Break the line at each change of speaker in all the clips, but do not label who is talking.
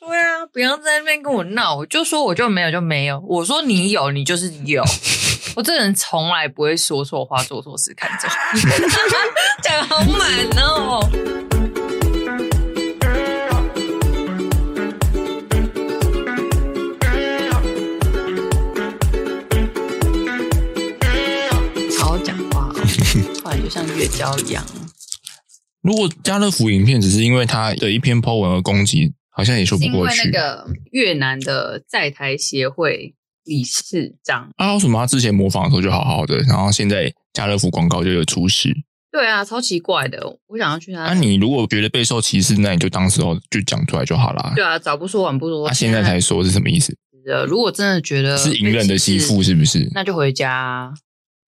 啊不要在那边跟我闹，我就说我就没有就没有，我说你有你就是 有。我这人从来不会说错话、做错事、看 走，讲好满哦。
好好讲话、哦，突然就像月娇一样。
如果家乐福影片只是因为他的一篇 po 文而攻击，好像也说不
因
过
为那
去。
个越南的在台协会理事长，
啊，为什么他之前模仿的时候就好好的，然后现在家乐福广告就有出事？
对啊，超奇怪的。我想要去他，
那、啊你如果觉得备受歧视，那你就当时候就讲出来就好啦。
对啊，早不说晚不说，
他、现在才说是什么意思？
的。啊如果真的觉得
是隐忍的媳妇
呃被歧视，
是不是？
那就回家啊、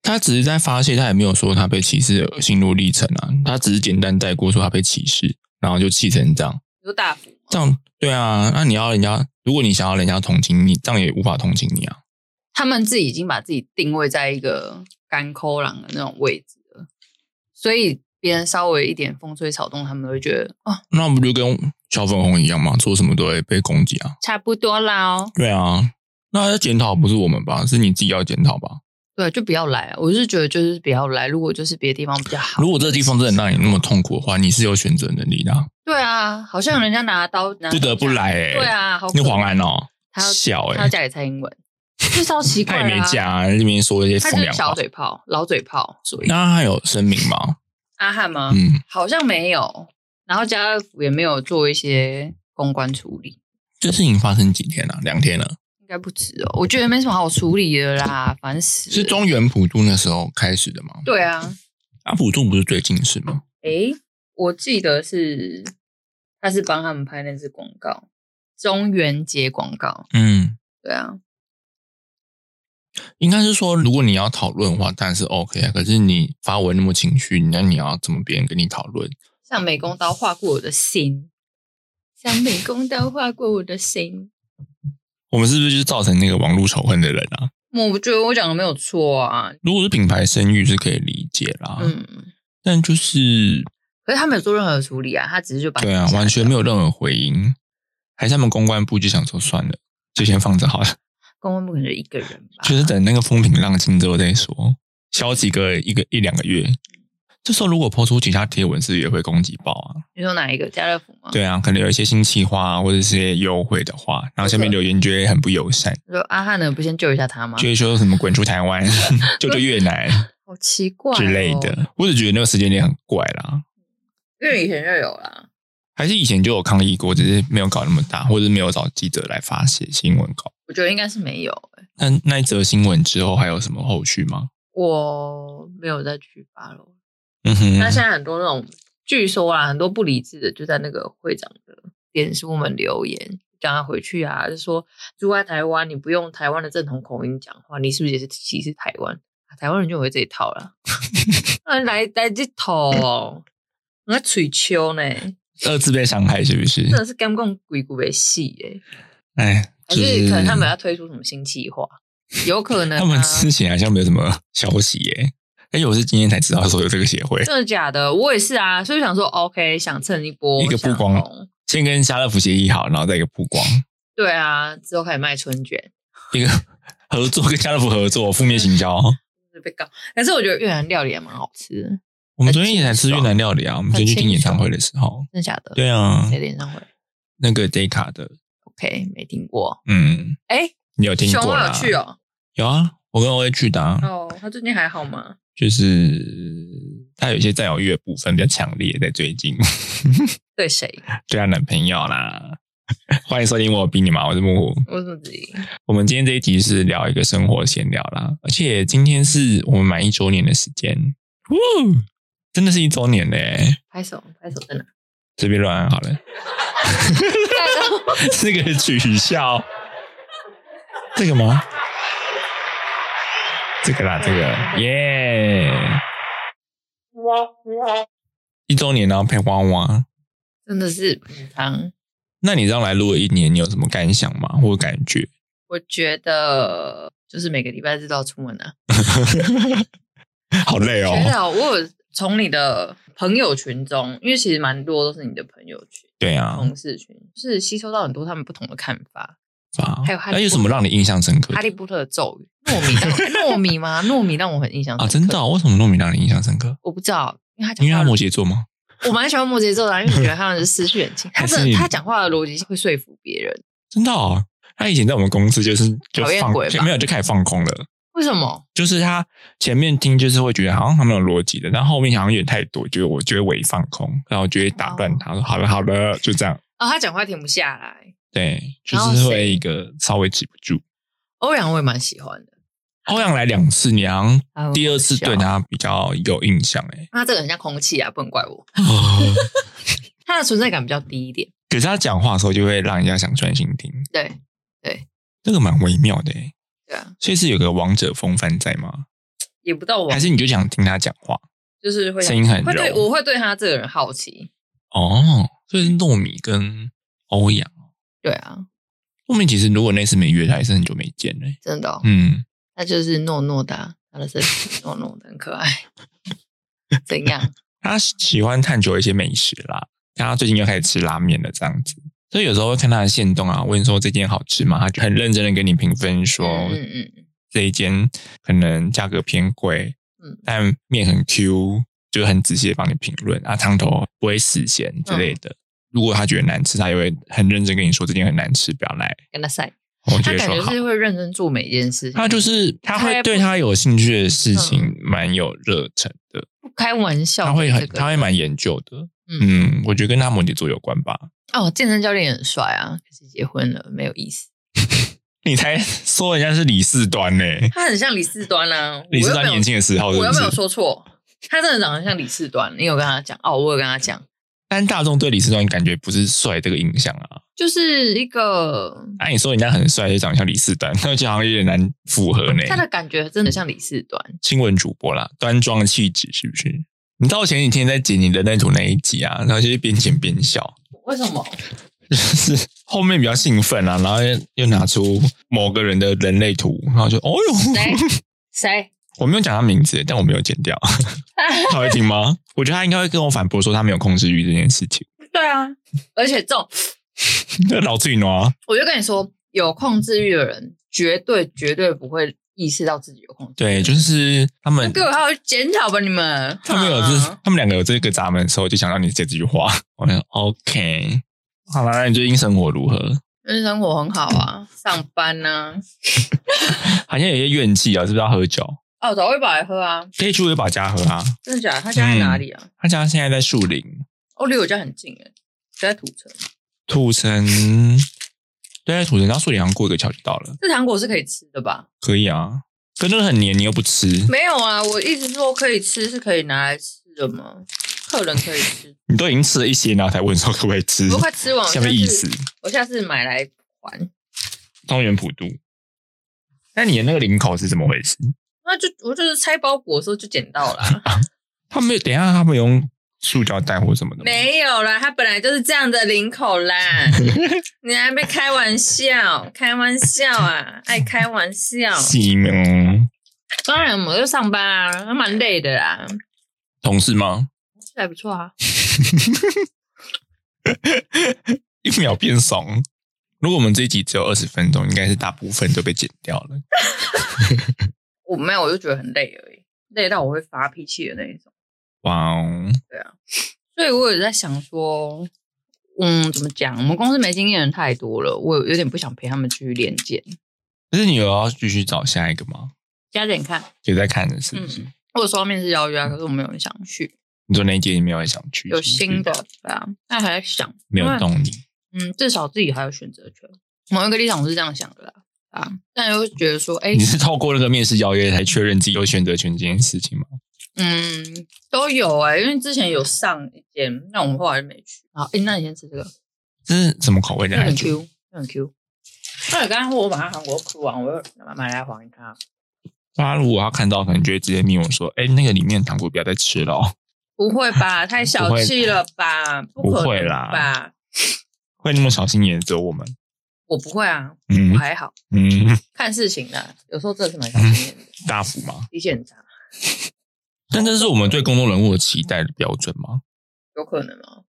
他只是在发泄，他也没有说他被歧视的心路历程啊，他只是简单带过说他被歧视，然后就气成这样。
就大福
这样对啊，那你要人家，如果你想要人家同情你，这样也无法同情你啊。
他们自己已经把自己定位在一个干抠狼的那种位置了，所以别人稍微一点风吹草动，他们会觉得哦，
那不就跟小粉红一样吗？做什么都会被攻击啊。
差不多啦哦，
对啊，那要检讨不是我们吧？是你自己要检讨吧。
对，啊就不要来。我是觉得就是不要来，如果就是别的地方比较好。
如果这个地方真的让你那么痛苦的话，你是有选择能力的啊、
对啊，好像人家拿刀，拿
不得不来哎、
对啊，好可
那
怕
黄安哦，
他要
小
他
哎、
要嫁给蔡英文，这超奇怪、
他
啊，
也没嫁、啊，那边说一些
他
风
就是
凉
小
话。
嘴炮、老嘴炮，所以
那他有声明吗？
阿汉吗？
嗯，
好像没有，然后家乐福也没有做一些公关处理，
这事情发生几天了、啊两天了，
应该不止哦。我觉得没什么好处理的啦，烦死了。
是中原普渡那时候开始的吗？
对啊，
啊，普渡不是最近是吗？
诶，我记得是他是帮他们拍那支广告，中元节广告，
嗯，
对啊，
应该是说，如果你要讨论的话，当然是 OK 啊。可是你发文那么情绪，那你要怎么别人跟你讨论？
像美工刀划过我的心，像美工刀划过我的心。
我们是不是就是造成那个网络仇恨的人啊？
我觉得我讲的没有错啊，
如果是品牌声誉是可以理解啦，
嗯，
但就是
可是他没有做任何处理啊，他只是就把
对啊，完全没
有。
有任何回音，还是他们公关部就想说算了，就先放着好了，
公关部可能就一个人吧，
就是等那个风平浪静之后再说，消几个一个一两个月。这时候如果抛出其他贴文，是不是也会攻击爆啊？
你说哪一个家乐福吗？，
对啊，可能有一些新企划啊或者是一些优惠的话，然后下面留言就会很不友善，
说阿汉呢，不先救一下他吗
就？会说什么滚出台湾、 救救越 南
好奇怪、哦、
之类，的。我只觉得那个时间点很怪啦，
因为以前就有啦。
还是以前就有抗议过，只是没有搞那么大，或者是没有找记者来发写新闻稿。
我觉得应该是没有、欸，
那那一则新闻之后还有什么后续吗？
我没有再去发了。
嗯哼
那现在很多那种，据说啊，很多不理智的就在那个会长的脸书们留言，叫他回去啊，就说住在台湾，你不用台湾的正统口音讲话，你是不是也是歧视台湾？啊台湾人就会这一套 了，啊来来这套、哦，我嘴秋呢，
二次被伤害是不
真
是？
的是干共鬼骨的戏耶，
哎，
嗯还
就是
可能他们要推出什么新计划？有可能、啊，
他们之前好像没有什么消息耶、而且我是今天才知道说有这个协会。
真的假的？我也是啊，所以我想说，OK，想蹭一波
一个曝光
想红
先跟家乐福协议好，然后再一个曝光，
对啊，之后开始卖春卷，
一个合作跟家乐福合作，负面 行销。
就被告。但是我觉得越南料理也蛮好吃的，真
我们昨天也才吃越南料理啊，我们昨天去听演唱会的时候，
的假的？
对啊
谁，的演唱会
那个 Deka 的，
？OK，没听过。
嗯，
哎，
你有听
熊
过
猫
啦？
有去哦。
有啊，我跟我会去的、啊，
哦，他最近还好吗？
就是他有一些占有欲的部分比较强烈，在最近。
对谁？
对她男朋友啦。 欢迎收听我比你忙，我是木虎。
我怎么自己？
我们今天这一集是聊一个生活闲聊啦，而且今天是我们满一周年的时间，呜，真的是一周年嘞、
拍手，拍手在哪？
随便乱按啊好了， 这个取笑，这个吗？这个啦，这个耶一周年然后配娃娃，
真的是平常。
那你这样来录了一年，你有什么感想吗？或感觉？
我觉得就是每个礼拜日都要出门啊。
好累哦
觉得我有从你的朋友群中，因为其实蛮多都是你的朋友群，
对啊，
同事群，就是吸收到很多他们不同的看法。
吧
还有哈利
那有什么让你印象深刻
哈利波特的咒语，糯米让我糯米吗？糯米让我很印象深
啊？
刻
真的哦、为什么糯米让你印象深刻？
我不知道，因为他讲
因为他
话
摩羯座吗？
我蛮喜欢摩羯座的啊、因为我觉得他们是思绪 很清，他
还是
真
你
的他讲话的逻辑会说服别人。
真的、哦，他以前在我们公司就是就
讨厌
放
鬼吧
没有就开始放空了，
为什么？
就是他前面听就是会觉得好像他们有逻辑的，但后面好像有点太多，觉得我觉得伪放空，然后我就会打断他说好了好了，就这样。
哦，他讲话停不下来。
对，就
然后
是会
谁
一个稍微止不住。
欧阳我也蛮喜欢的，
欧阳来两次，你好像
啊
第二次
我笑
对他比较有印象 哎、
他这个很像空气啊，不能怪我。
哦
他的存在感比较低一点。
可是他讲话的时候就会让人家想专心听，
对
这个蛮微妙的、欸。
对啊，
所以是有个王者风范在吗？
也不到我
还是你就想听他讲话？
就是会
声音很
会对
柔
我会对他这个人好奇。
哦，所以是糯米跟欧阳。
对啊，
糯米其实如果那次没约他，也是很久没见了欸、
真的、哦，
嗯，
他就是诺诺的啊，他的身体诺诺的很可爱。 怎 样？
他喜欢探求一些美食啦，像他最近又开始吃拉面了，这样子。所以有时候会看他的线动啊，问说这间好吃吗？他就很认真的跟你评分说，
嗯嗯嗯，
这一间可能价格偏贵，
嗯
但面很 Q，就是很仔细的帮你评论啊，汤头不会死咸之类
嗯
的。如果他觉得难吃，他也会很认真跟你说这间很难吃，不要来。
跟他赛，
我觉
他
得
感
说
觉
好，
是会认真做每一件事情。
他就是他
他
会
也不嗯
对他有兴趣的事情蛮有热忱的，
不开玩笑的
他会
这
很
个
他会蛮研究的。
嗯
嗯，我觉得跟他摩羯座有关吧。
哦，健身教练也很帅啊，可是结婚了没有意思。
你才说人家是李四端呢、
他很像李四端啊，
李四
我又没
端
有
年轻的时候是
我又
不
没有
是？
说错，他真的长得像李四端。你有跟他讲哦？我有跟他讲，
但大众对李四端感觉不是帅这个印象啊。
就是一个
那、你说人家很帅，就长得像李四端，那就好像有点难符合呢。
他的感觉真的像李四端。
新闻主播啦，端庄的气质是不是？你知道我前几天在剪你的那组那一集啊，然后就是边剪边笑，
为什么？
就是后面比较兴奋啊，然后又又拿出某个人的人类图，然后就哦
谁
呦，
谁？
我没有讲他名字，但我没有剪掉，他会听吗？我觉得他应该会跟我反驳说他没有控制欲这件事情。
对啊，而且这种，
那老自己挪，
我就跟你说，有控制欲的人绝对绝对不会意识到自己有控制欲。
对，就是他们
给我好好检讨吧，你们。
他们有这，
啊
他们两个有这个闸门的时候，就想让你写这句话。 我说 OK，好啦，那你最近生活如何？
因为生活很好啊，上班啊呢、
好像有些怨气啊，是不是要喝酒？
啊。哦，找一宝来喝啊，
可以去威宝家喝啊，
真的假的？他家在哪里啊？
他家现在在树林
哦，离我家很近诶，就在土城。
土城，对，在土城，然后树林好像过一个桥就到了，
这糖果是可以吃的吧？
可以啊。可真的很黏，你又不吃，
没有啊，我一直说可以吃，是可以拿来吃的吗？客人可以吃，
你都已经吃了一些，然后才问说可不可以吃
不，过快吃完，我
嗯下
下
面
次
意思。
我下次买来还。
中原普渡，那你的那个领口是怎么回事？
那就我就是拆包裹的时候就捡到了，
他们等一下他们用塑胶袋或什么的吗，
没有啦，它本来就是这样的领口啦。你还没开玩笑，开玩笑啊，爱开玩笑。
是嗯，
当然，我就上班啊，还蛮累的啦，
同事吗？
还不错啊。
一秒变怂。如果我们这一集只有二十分钟，应该是大部分都被剪掉了。
我没有，我就觉得很累而已，累到我会发脾气的那一种。
哇哦，
所以我有在想说，嗯，怎么讲？我们公司没经验的人太多了，我有点不想陪他们去练剑。
可是你有要继续找下一个吗？
加点看，
有在看的是不是？
我有收到面试邀约啊，可是我没有人想去，
你说那一届你没有很想去，
有
是不是
新的对啊，但还在想，
没有
因为
动力。
嗯，至少自己还有选择权。某一个立场我是这样想的啦，啊，但又觉得说，哎、
你是透过那个面试邀约才确认自己有选择权这件事情吗？
嗯，都有哎、因为之前有上一件，那我们后来就没去。好，哎、那你先吃这个，
这是什么口味的
这很
奶酒？
Q，这很 Q。那你刚刚我把它韩国哭完，我又买来还他。
大家如果他看到，可能就会直接命我说：“哎、那个里面的糖果不要再吃了、哦，
不会吧？太小气了吧？不
不
可能
会啦
吧？
会那么小心眼的只有我们。
我不会啊，”我
嗯
还好，
嗯，
看事情的，有时候真的是蛮小心眼的，
大幅吗？
脾气很差，
但这是我们对公众人物的期待的标准吗？
有可能哦。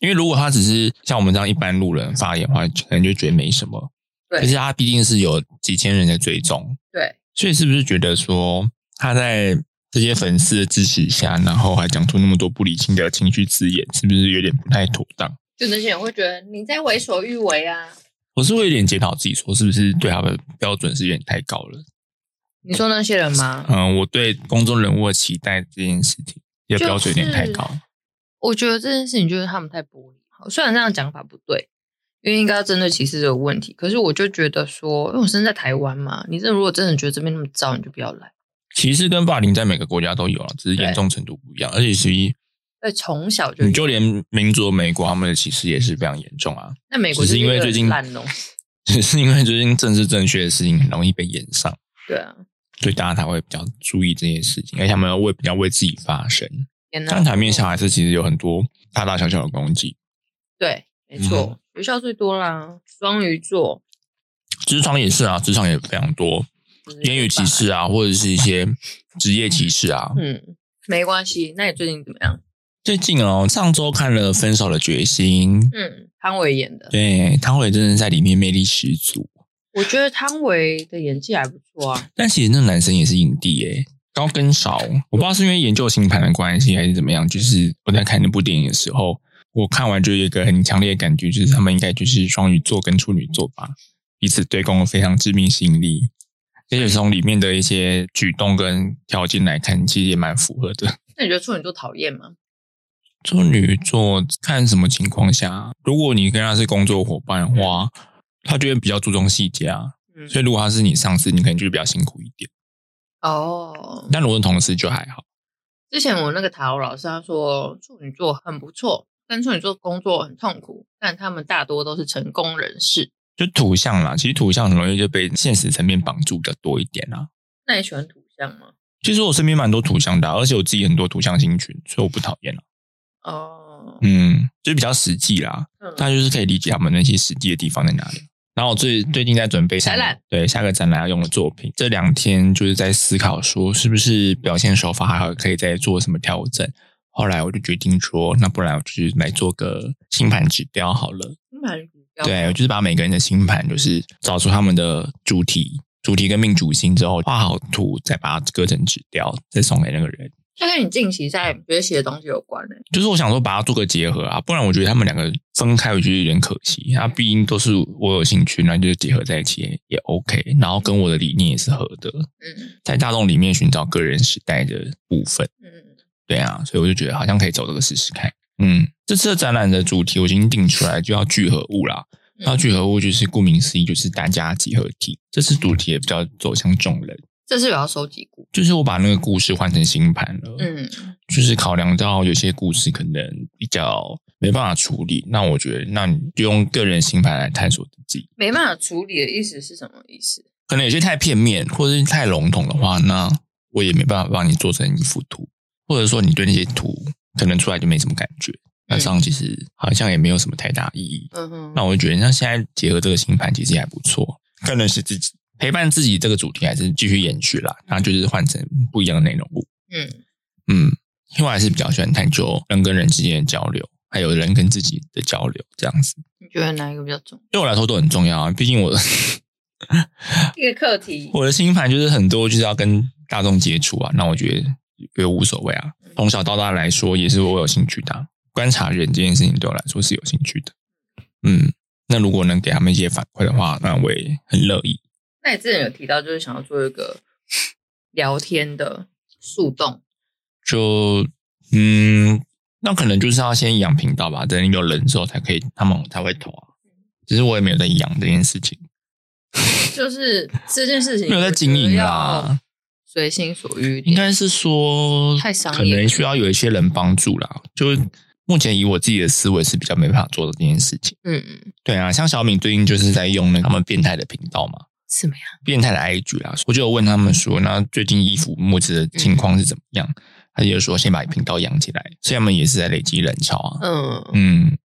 因为如果他只是像我们这样一般路人发言的话，可能就觉得没什么。
对
可是他毕竟是有几千人的追踪，
对，
所以是不是觉得说他在这些粉丝的支持下，然后还讲出那么多不理性的情绪字眼，是不是有点不太妥当？
就那些人会觉得你在为所欲为啊。
我是会有点检讨自己，说是不是对他的标准是有点太高了。
你说那些人吗？
嗯，我对公众人物的期待这件事情，也
就是
标准有点太高。
我觉得这件事情就是他们太玻璃。虽然这样讲法不对，因为应该要针对歧视这个问题，可是我就觉得说，因为我身在台湾嘛，你这如果真的觉得这边那么糟，你就不要来。
歧视跟霸凌在每个国家都有了，啊只是
对
严重程度不一样。而且其实
对，从小就
你就连民族美国他们的歧视也是非常严重啊，
那美国
只是
就
因为
一个
最近
烂农，
只是因为最近政治正确的事情很容易被延上，
对啊，
所以大家才会比较注意这件事情，而且他们要为比较为自己发声。
天哪
但台面下还是其实有很多大大小小的攻击，
对，没
嗯
错，学校最多啦，双鱼座，
职场也是啊，职场也非常多言语歧，视啊，或者是一些职业歧视啊。
嗯，没关系。那你最近怎么样？
最近哦，上周看了《分手的决心》，
嗯，汤唯演的，
对汤唯真的在里面魅力十足，
我觉得汤唯的演技还不错啊。
但其实那个男生也是影帝耶、高跟少，我不知道是因为研究星盘的关系还是怎么样，就是我在看那部电影的时候，我看完就有一个很强烈的感觉，就是他们应该就是双鱼座跟处女座吧，彼此对攻有非常致命吸引力，而且从里面的一些举动跟条件来看，其实也蛮符合的。
那你觉得处女座讨厌吗？
处女座看什么情况下，如果你跟他是工作伙伴的话，他就会比较注重细节啊。
嗯，
所以如果他是你上司，你可能就比较辛苦一点。
哦，
但如果是同事就还好。
之前我那个塔罗老师他说处女座很不错，跟处女座工作很痛苦，但他们大多都是成功人士。
就图像啦，其实图像很容易就被现实层面绑住比较多一点啦。
那你喜欢土象吗？
其实我身边蛮多图像的啊、而且我自己很多图像星群，所以我不讨厌啦。啊
哦，
嗯，就是比较实际啦，
嗯
大家就是可以理解他们那些实际的地方在哪里。然后我最最近在准备
嗯
下
展览，
对下个展览要用的作品，这两天就是在思考说是不是表现手法还可以再做什么调整。后来我就决定说，那不然我就是来做个星盘指标好了。
蛮比较
对，我就是把每个人的星盘，就是找出他们的主题、主题跟命主星之后，画好图，再把它割成纸雕，再送给那个人。
这跟你近期在学习的东西有关欸呢、
就是我想说把它做个结合啊，不然我觉得他们两个分开，我觉得有点可惜。它毕竟都是我有兴趣，那就结合在一起也 OK，然后跟我的理念也是合的，
嗯
在大众里面寻找个人时代的部分。
嗯，
对啊，所以我就觉得好像可以走这个试试看。嗯，这次的展览的主题我已经定出来，就叫聚合物啦。
嗯
那聚合物就是顾名思义，就是大家集合体。这次主题也比较走向众人，
这次有要收集股。
就是我把那个故事换成星盘了。，
嗯，
就是考量到有些故事可能比较没办法处理，那我觉得那你就用个人星盘来探索自己。
没办法处理的意思是什么意思？
可能有些太片面或者是太笼统的话，那我也没办法帮你做成一幅图，或者说你对那些图可能出来就没什么感觉，那这样其实好像也没有什么太大意义。
嗯哼，
那我就觉得，那现在结合这个星盘，其实也还不错，更认识自己，陪伴自己这个主题还是继续延续啦，然后就是换成不一样的内容物。
嗯，
嗯，因为我还是比较喜欢探究人跟人之间的交流，还有人跟自己的交流这样子，
你觉得哪一个比较重？
对我来说都很重要啊。毕竟我 的
一个课题
我的星盘就是很多就是要跟大众接触啊，那我觉得也无所谓啊。从小到大来说，也是我有兴趣的啊、观察人这件事情对我来说是有兴趣的。嗯，那如果能给他们一些反馈的话，那我也很乐意。
那你之前有提到，就是想要做一个聊天的树洞，
就嗯，那可能就是要先养频道吧，等有人之后才可以，他们才会投啊。只是我也没有在养这件事情，
就是这件事情
没有在经营，啦，
随心所欲一点。
应该是说
太商业
可能需要有一些人帮助啦。就是目前以我自己的思维是比较没办法做的这件事情。
嗯嗯，
对啊，像小敏最近就是在用那个他们变态的频道嘛，
怎么样？
变态的 IG 啦，我就有问他们说，那最近衣服募资的情况是怎么样？他就说先把频道养起来，所以他们也是在累积人潮啊。
嗯，
嗯，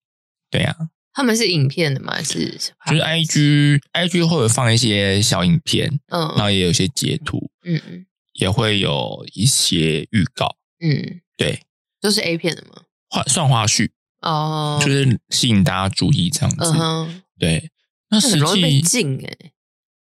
对呀、
他们是影片的吗？还是
就是 I G I G 会有放一些小影片，
嗯
然后也有一些截图，
嗯嗯
也会有一些预告，
嗯，
对，
都是 A 片的吗？
画算花絮，
哦，
就是吸引大家注意这样子。
嗯哼，
对，那
那
实
很容易被
际
禁哎、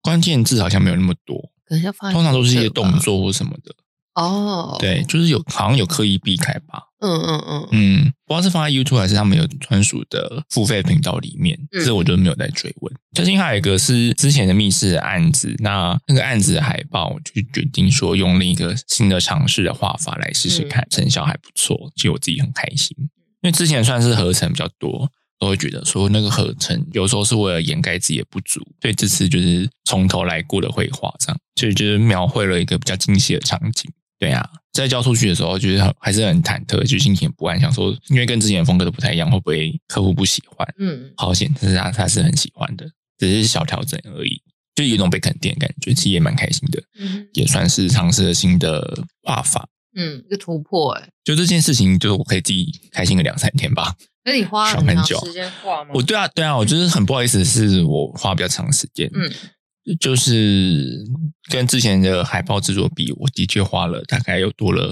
关键字好像没有那么多，
可能要放在
通常都是一些
这吧
动作或什么的。
哦，，
对，就是有好像有刻意避开吧。
嗯嗯嗯，
嗯，不知道是放在 YouTube 还是他们有专属的付费频道里面，
嗯
这我就没有再追问。最近还有一个是之前的密室的案子，那那个案子的海报就决定说用另一个新的尝试的画法来试试看，成效还不错，其实我自己很开心，因为之前算是合成比较多。都会觉得说那个合成有时候是为了掩盖自己的不足，所以这次就是从头来过的绘画，这样，所以就是描绘了一个比较精细的场景。对啊，在交出去的时候，就是很还是很忐忑，就心情不安，想说，因为跟之前的风格都不太一样，会不会客户不喜欢？
嗯，
好险，但是他他是很喜欢的，只是小调整而已，就有一种被肯定的感觉，其实也蛮开心的，
嗯
也算是尝试了新的画法。
嗯，一个突破哎、欸，
就这件事情，就是我可以自己开心个两三天吧。
那你花
爽
很
很
长
久
时间画吗？
我对啊，对啊，我就是很不好意思，是我花比较长时间，
嗯，
就是跟之前的海报制作比，我的确花了大概又多 了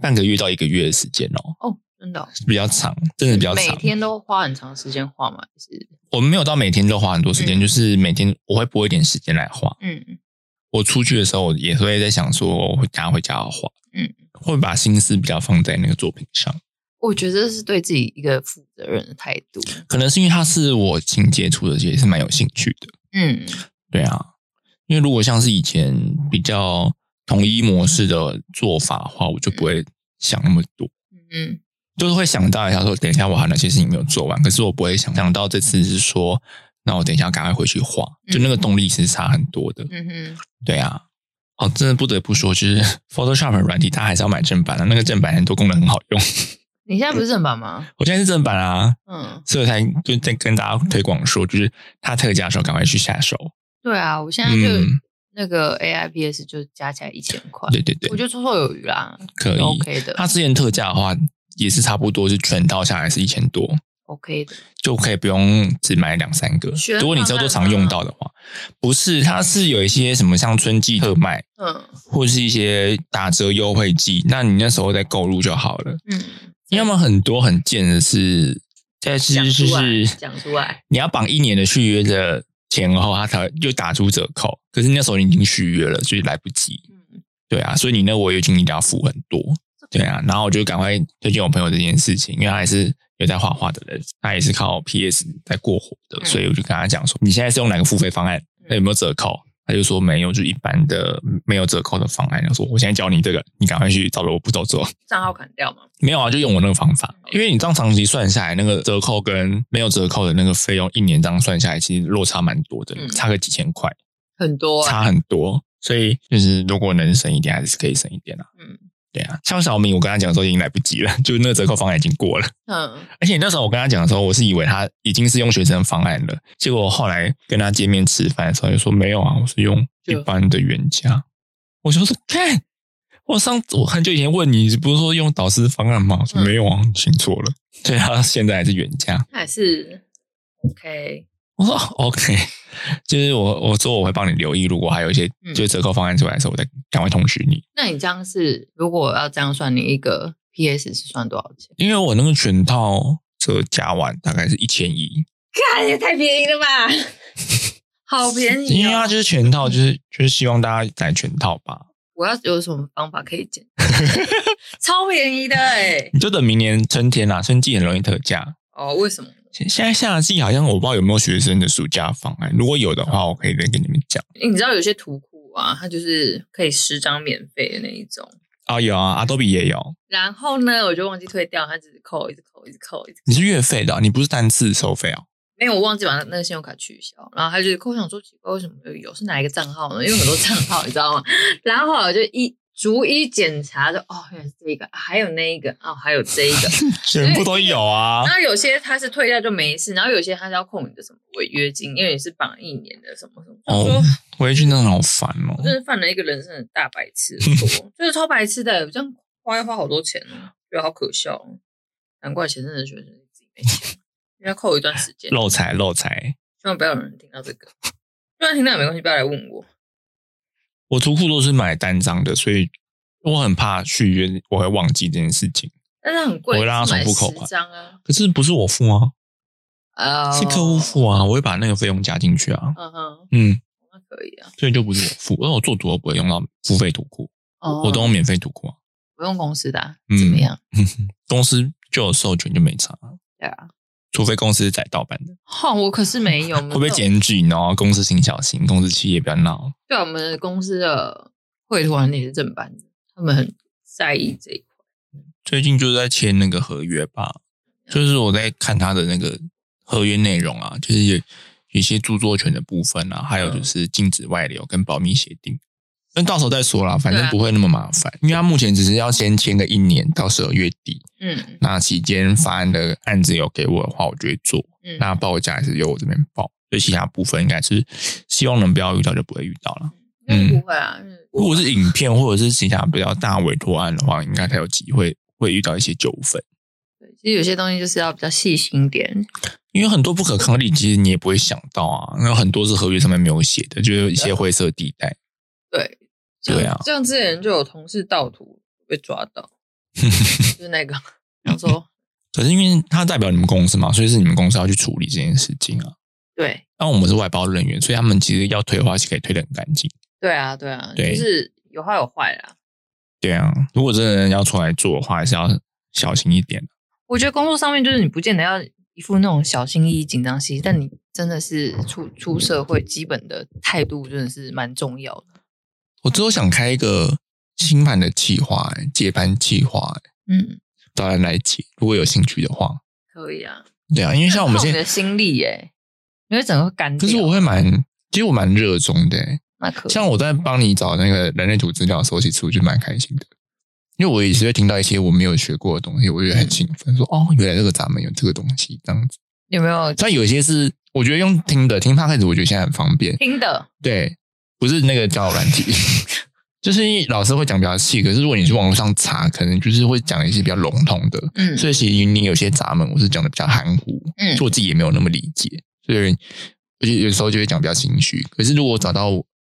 半个月到一个月的时间哦，
哦，真的哦、
比较长，真的比较
每
长。
天都花很长时间画吗？是，
我们没有到每天都花很多时间，
嗯
就是每天我会拨一点时间来画。
嗯
我出去的时候，我也会在想说，我拿回家要画，
嗯，
会把心思比较放在那个作品上。
我觉得这是对自己一个负责任的态 度。
可能是因为它是我新接触的，也是蛮有兴趣的。
嗯
对啊，因为如果像是以前比较统一模式的做法的话，我就不会想那么多，
嗯
就是会想到一下说，等一下我还有哪些事情没有做完，可是我不会想想到这次是说，那我等一下赶快回去画，就那个动力是差很多的。
嗯哼，
对啊，哦，真的不得不说，就是 Photoshop 的软体，它还是要买正版啊的、那个正版很多功能很好用，
你现在不是正版吗？
我现在是正版啊，
嗯，
所以我才就在跟大家推广说，就是它特价的时候赶快去下手。
对啊，我现在就、
嗯，
那个 AIPS 就加起来一千块，
对对对
我，觉得绰绰有余啦，
可以。
OK 的
它之前特价的话，也是差不多，就全套下来是一千多，
，OK 的。
就可以不用只买两三个
选。
如果你之后都常用到的话，不是，它是有一些什么像春季特卖，
嗯
或是一些打折优惠季，那你那时候再购入就好了。
嗯，
因为他们很多很贱的是，但是
讲
就
出来，
是
讲出来，
你要绑一年的续约的前后，他才就打出折扣。可是那时候你已经续约了，所以来不及。
嗯，
对啊，所以你那违约金一定要付很多。对啊，然后我就赶快推荐我朋友这件事情，因为他也是有在画画的人，他也是靠 PS 在过活的，
嗯
所以我就跟他讲说，你现在是用哪个付费方案？那有没有折扣？他就说没有，就一般的没有折扣的方案。他说我现在教你这个，你赶快去照着我步骤做。
账号砍掉嘛，
没有啊，就用我那个方法，
哦
因为你这样长期算下来，那个折扣跟没有折扣的那个费用，一年这样算下来，其实落差蛮多的，
嗯
差个几千块，
很多、欸，
差很多。所以就是如果能省一点，还是可以省一点啊。
嗯
对啊，像小明，我跟他讲的时候已经来不及了， 就是那个折扣方案已经过了。
嗯
而且那时候我跟他讲的时候，我是以为他已经是用学生方案了，结果后来跟他见面吃饭的时候，就说没有啊，我是用一般的原
嗯
价。我就说看，我上我很久以前问你，不是说用导师方案吗？我说
嗯
没有啊，你选错了。 所以他现在还是原价。
那还是 OK，
我说哦 OK，就是我我说我会帮你留意，如果还有一些
嗯
就是折扣方案出来的时候，我再赶快通知你。
那你这样是，如果我要这样算，你一个 PS 是算多少钱？
因为我那个全套折加完大概是一千一，
看也太便宜了吧， 好便宜、哦
因为它就是全套，就是就是希望大家买全套吧。
我要有什么方法可以减？超便宜的哎、
你就等明年春天啦、啊春季很容易特价。
哦，为什么？
现现在夏季好像我不知道有没有学生的暑假方案，如果有的话，我可以再跟你们讲。
你知道有些图库啊，它就是可以十张免费的那一种。
哦，有啊，阿多比也有。
然后呢，我就忘记退掉，它只是扣，一直扣，一直扣，一直扣。
你是月费的哦、你不是单次收费 哦。
没有，我忘记把那个信用卡取消。然后他就扣，我想说奇怪，为什么有有是哪一个账号呢？因为很多账号，你知道吗？ 然后后来我就一逐一检查，就哦，原来是这个，啊还有那一个，哦，还有这一个。
全部都有啊
然。后有些它是退掉就没事，然后有些它是要扣你的什么违约金，因为你是绑一年的什么什么。我说
哦，回去真的好烦哦
我。真的犯了一个人生的大白痴
嗯
错，就是超白痴的，这样花要花好多钱哦，觉得好可笑哦。难怪前阵子学生自己没钱，应该扣一段时间。
漏财漏财，
希望不要有人听到这个，就算听到也没关系，不要来问我。
我图库都是买单张的，所以我很怕续约我会忘记这件事情。
但是很贵，
我会让他
是买
重复扣
十
款
张啊，
可是不是我付啊，
呃，
是客户付啊，我会把那个费用加进去啊。
嗯哼，
嗯，
那可以啊，
所以就不是我付，因为我做图我不会用到付费图库，
哦
我都用免费图库啊。
不用公司的啊，
嗯
怎么样？
公司就有授权就没差，
对啊，
除非公司是载盗版的，
哈，哦我可是没有，
会不会检举？然后公司请小心，公司企业不要闹。
对啊我们公司的绘图行也是正版的，他们很在意这一块。
最近就是在签那个合约吧，
嗯
就是我在看他的那个合约内容啊，就是有有一些著作权的部分啊，还有
嗯
就是禁止外流跟保密协定。但到时候再说啦，反正
对啊
不会那么麻烦，因为他目前只是要先签个一年到十二月底，
嗯
那期间法案的案子有给我的话，我就会做。
嗯，
那报价还是由我这边报，所以其他部分应该是希望能不要遇到就不会遇到了。
因为
嗯
不会啊，因为
如果是影片或者是其他比较大委托案的话，应该才有机会会遇到一些纠纷，
对其实有些东西就是要比较细心一点。
因为很多不可抗力其实你也不会想到啊，然后很多是合约上面没有写的，就是有一些灰色地带。
对，
对啊
像像之前就有同事盗图被抓 到，就是那个想说
可是因为它代表你们公司嘛，所以是你们公司要去处理这件事情啊。
对
那我们是外包人员，所以他们其实要推的话是可以推得很干净。
对啊对啊，
对
就是有好有坏啦。
对啊，如果真的要出来做的话，还是要小心一点。啊
我觉得工作上面就是你不见得要一副那种小心翼翼、紧张兮兮，但你真的是出出社会，基本的态度真的是蛮重要的。
我之后想开一个新版的企划、欸，接班企划、欸，
嗯，
找人来接，如果有兴趣的话，
可以啊。
对啊，因为像我们
靠
现
你的心力耶、你会整个干
可
掉。
是我会蛮，其实我蛮热衷的、欸，
那可以
像我在帮你找那个人类图资料的时候，其实我就蛮开心的，因为我也是会听到一些我没有学过的东西，我就很兴奋，说哦，原来这个咱们有这个东西这样子。
有没有
但有些是我觉得用听的，听 p 开始我觉得现在很方便，
听的？
对，不是那个交友软体， 就是因为老师会讲比较细，可是如果你去网络上查，可能就是会讲一些比较笼统的，
嗯，
所以其实你有些杂文我是讲的比较含糊，
嗯
所以我自己也没有那么理解，所以而且有时候就会讲比较心虚。可是如果找到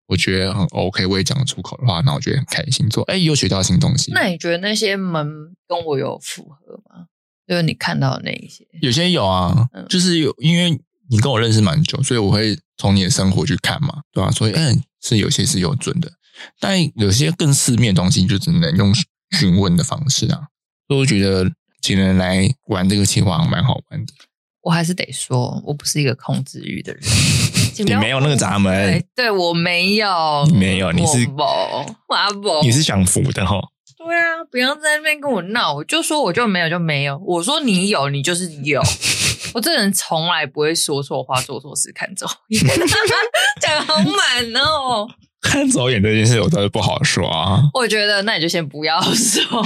我觉得很 OK，我也讲得出口的话，那我觉得很开心，说哎、又学到新东西。
那你觉得那些门跟我有符合吗？就是你看到的那一些，
有些有啊，
嗯
就是有，因为你跟我认识蛮久，所以我会从你的生活去看嘛，对吧、所以嗯，是有些是有准的，但有些更四面的东西，你就只能用询问的方式啊。所以我觉得请人来玩这个计划蛮好玩的。
我还是得说，我不是一个控制欲的人。请不
你
要
没有那个闸门
对，，对我没有，
你没有你是
我不，我
哦
不，
你是享福的哈。
对啊，
不要在那边跟我闹，我就说我就没有就没有，我说你有你就是有，我这人从来不会说错话、做错事、看走眼，讲好满哦。
看走眼这件事，我倒是不好说啊。
我觉得那你就先不要说，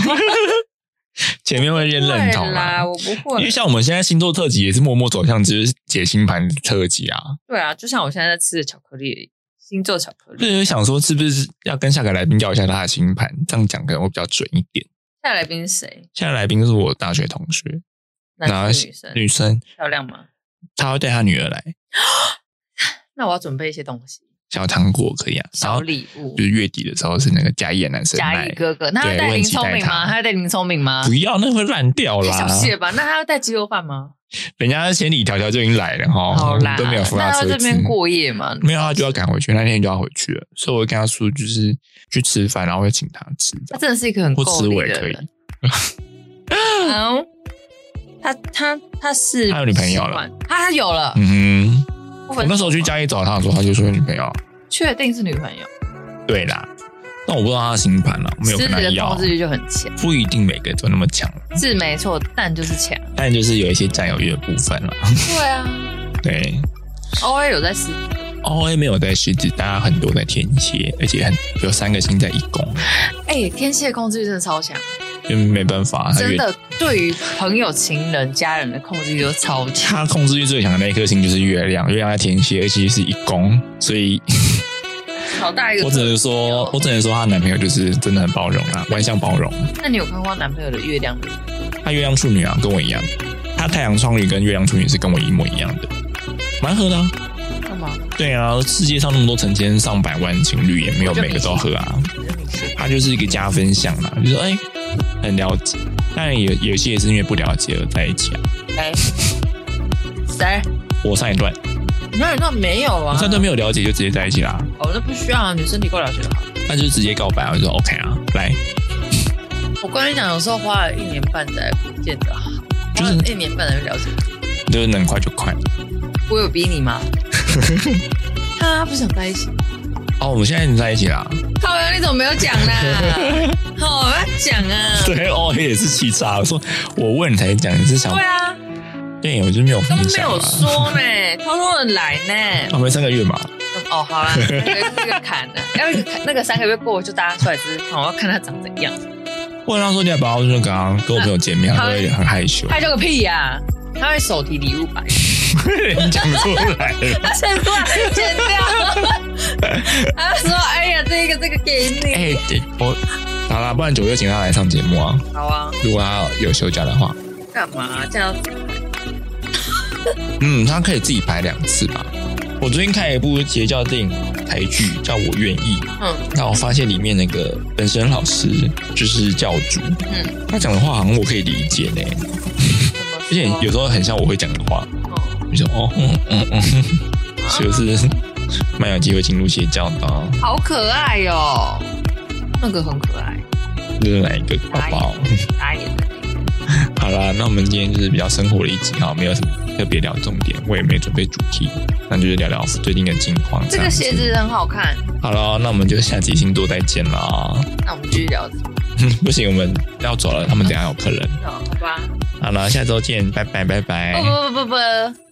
前面 会先认同啊
对
啦
啦，，我不
因为
会。
像我们现在星座特辑也是默默走向就是解星盘特辑啊。
对啊，就像我现在在吃的巧克力，星座巧克
所
力。
以我想说，是不是要跟下个来宾要一下他的星盘？这样讲可能会比较准一点。
下来宾是谁？
下个来宾是我大学同学，
男
然
生
后
女生？
女生，
漂亮吗？
她会带她女儿来，
那我要准备一些东西，
小糖果可以啊。然
小
后
礼物
就。是月底的时候是那个嘉义的男生
嘉
来
义，哥哥，那他
对
带
我很
林
期待
聪明
他
吗？他带林聪明吗？
不要那会烂掉
太
啦
小。气了吧？那他要带鸡肉饭吗？
人家千里迢迢就已经来了哈，
好啦，
哦都没有扶
那
他
他
车
这
子。
边过夜嘛？
没有，他就要赶回去，那天就要回去了，所以我会跟他说，就是去吃饭，然后会请他吃这
他
样
真的是一个很
不
够
吃
力
我也
的
可以
人。好，他他他是
他有女朋友了
喜欢，他他有了。
嗯哼，
不
我
分手
那时候去
吗
嘉义找他的时候，他就说有女朋友。
确定是女朋友，
对啦，但我不知道他的星盘了，我没有
狮
跟
子
他
的
要
控，制欲就很强，
不一定每个都那么强，
是没错，但就是强。
但就是有一些占有欲的部分了。
对啊，
对
偶尔有在狮子，
，O A 没有在狮子，但他很多在天蝎，而且很有三个星在一宫，
哎，天蝎控制欲真的超强，
就没办法，他
真
越
的对于朋友、情人、家人的控制欲都超强。
他控制欲最强的那一颗星就是月亮，月亮在天蝎，而且是一宫，所以
好大一 个
我，只能说，我只能说她男朋友就是真的很包容啊，万象包容。
那你有看过她男朋友的月亮吗？
她月亮处女啊，跟我一样，她太阳双鱼跟月亮处女是跟我一模一样的，蛮合的、啊。
干嘛？
对啊，世界上那么多成千上百万情侣，也没有每个都合啊。
你是
啊它就是一个加分项啦，就是哎、很了解。当然有有些也是因为不了解而在一起啊。
来，谁？
我上一段，
那那没有
我
啊，
上一段没有了解就直接在一起啦，
哦，那不需要啊，女生你够了解就好。
那就直接告白啊，我就说 OK 啊，来，
我跟你讲，有时候花了一年半载不见得好，
就
花
是
了一年半才了解。
就是能快就快。
我有逼你 吗？他不想在一起。
哦，我们现在已经在一起啦，
靠呀，你怎么没有讲 啦？
哦
好，我要讲啊。
对哦，也是气炸。我说我问你才讲，你是想
对啊，
对，我就没有
都
分
没
享啊
有。说呢， 偷偷的来呢。
我们啊三个月嘛，
哦，好 啦，这个坎啊呢，要是那个三个月过，我就大家出来只是我要看他长怎 样。
我跟他说你要不要就是刚刚跟我朋友见面，他
好
都会很害羞，
害羞个屁呀、他会手提礼物吧？
你 讲出 来了。
他想出来剪掉， 他说：“哎呀，这个这个给你。
哎、对我好啦，不然九月请他来上节目啊，
好啊，
如果他有休假的话，
干嘛这样？
嗯，他可以自己排两次吧。我最近看一部邪教电影台剧，叫《我愿意》。
嗯，
那我发现里面那个本身老师就是教主，
嗯
嗯，他讲的话好像我可以理解呢，
怎么说
而且有时候很像我会讲的话。
哦
你说哦，嗯嗯嗯， 就是蛮有机会进入邪教的、啊。
好可爱哟、那个很可爱，
就是哪一个宝宝？
打眼的那个。
好啦，那我们今天就是比较生活的一集哈，没有什么特别聊重点，我也没准备主题，那就是聊聊最近的近况。
这个鞋
样子，
子很好看，
好了，那我们就下集星座再见啦。
那我们继续聊。
不行，我们要走了，他们等一下有客人。
好吧，哦
好了，下周见，拜拜拜拜。
不不不不不。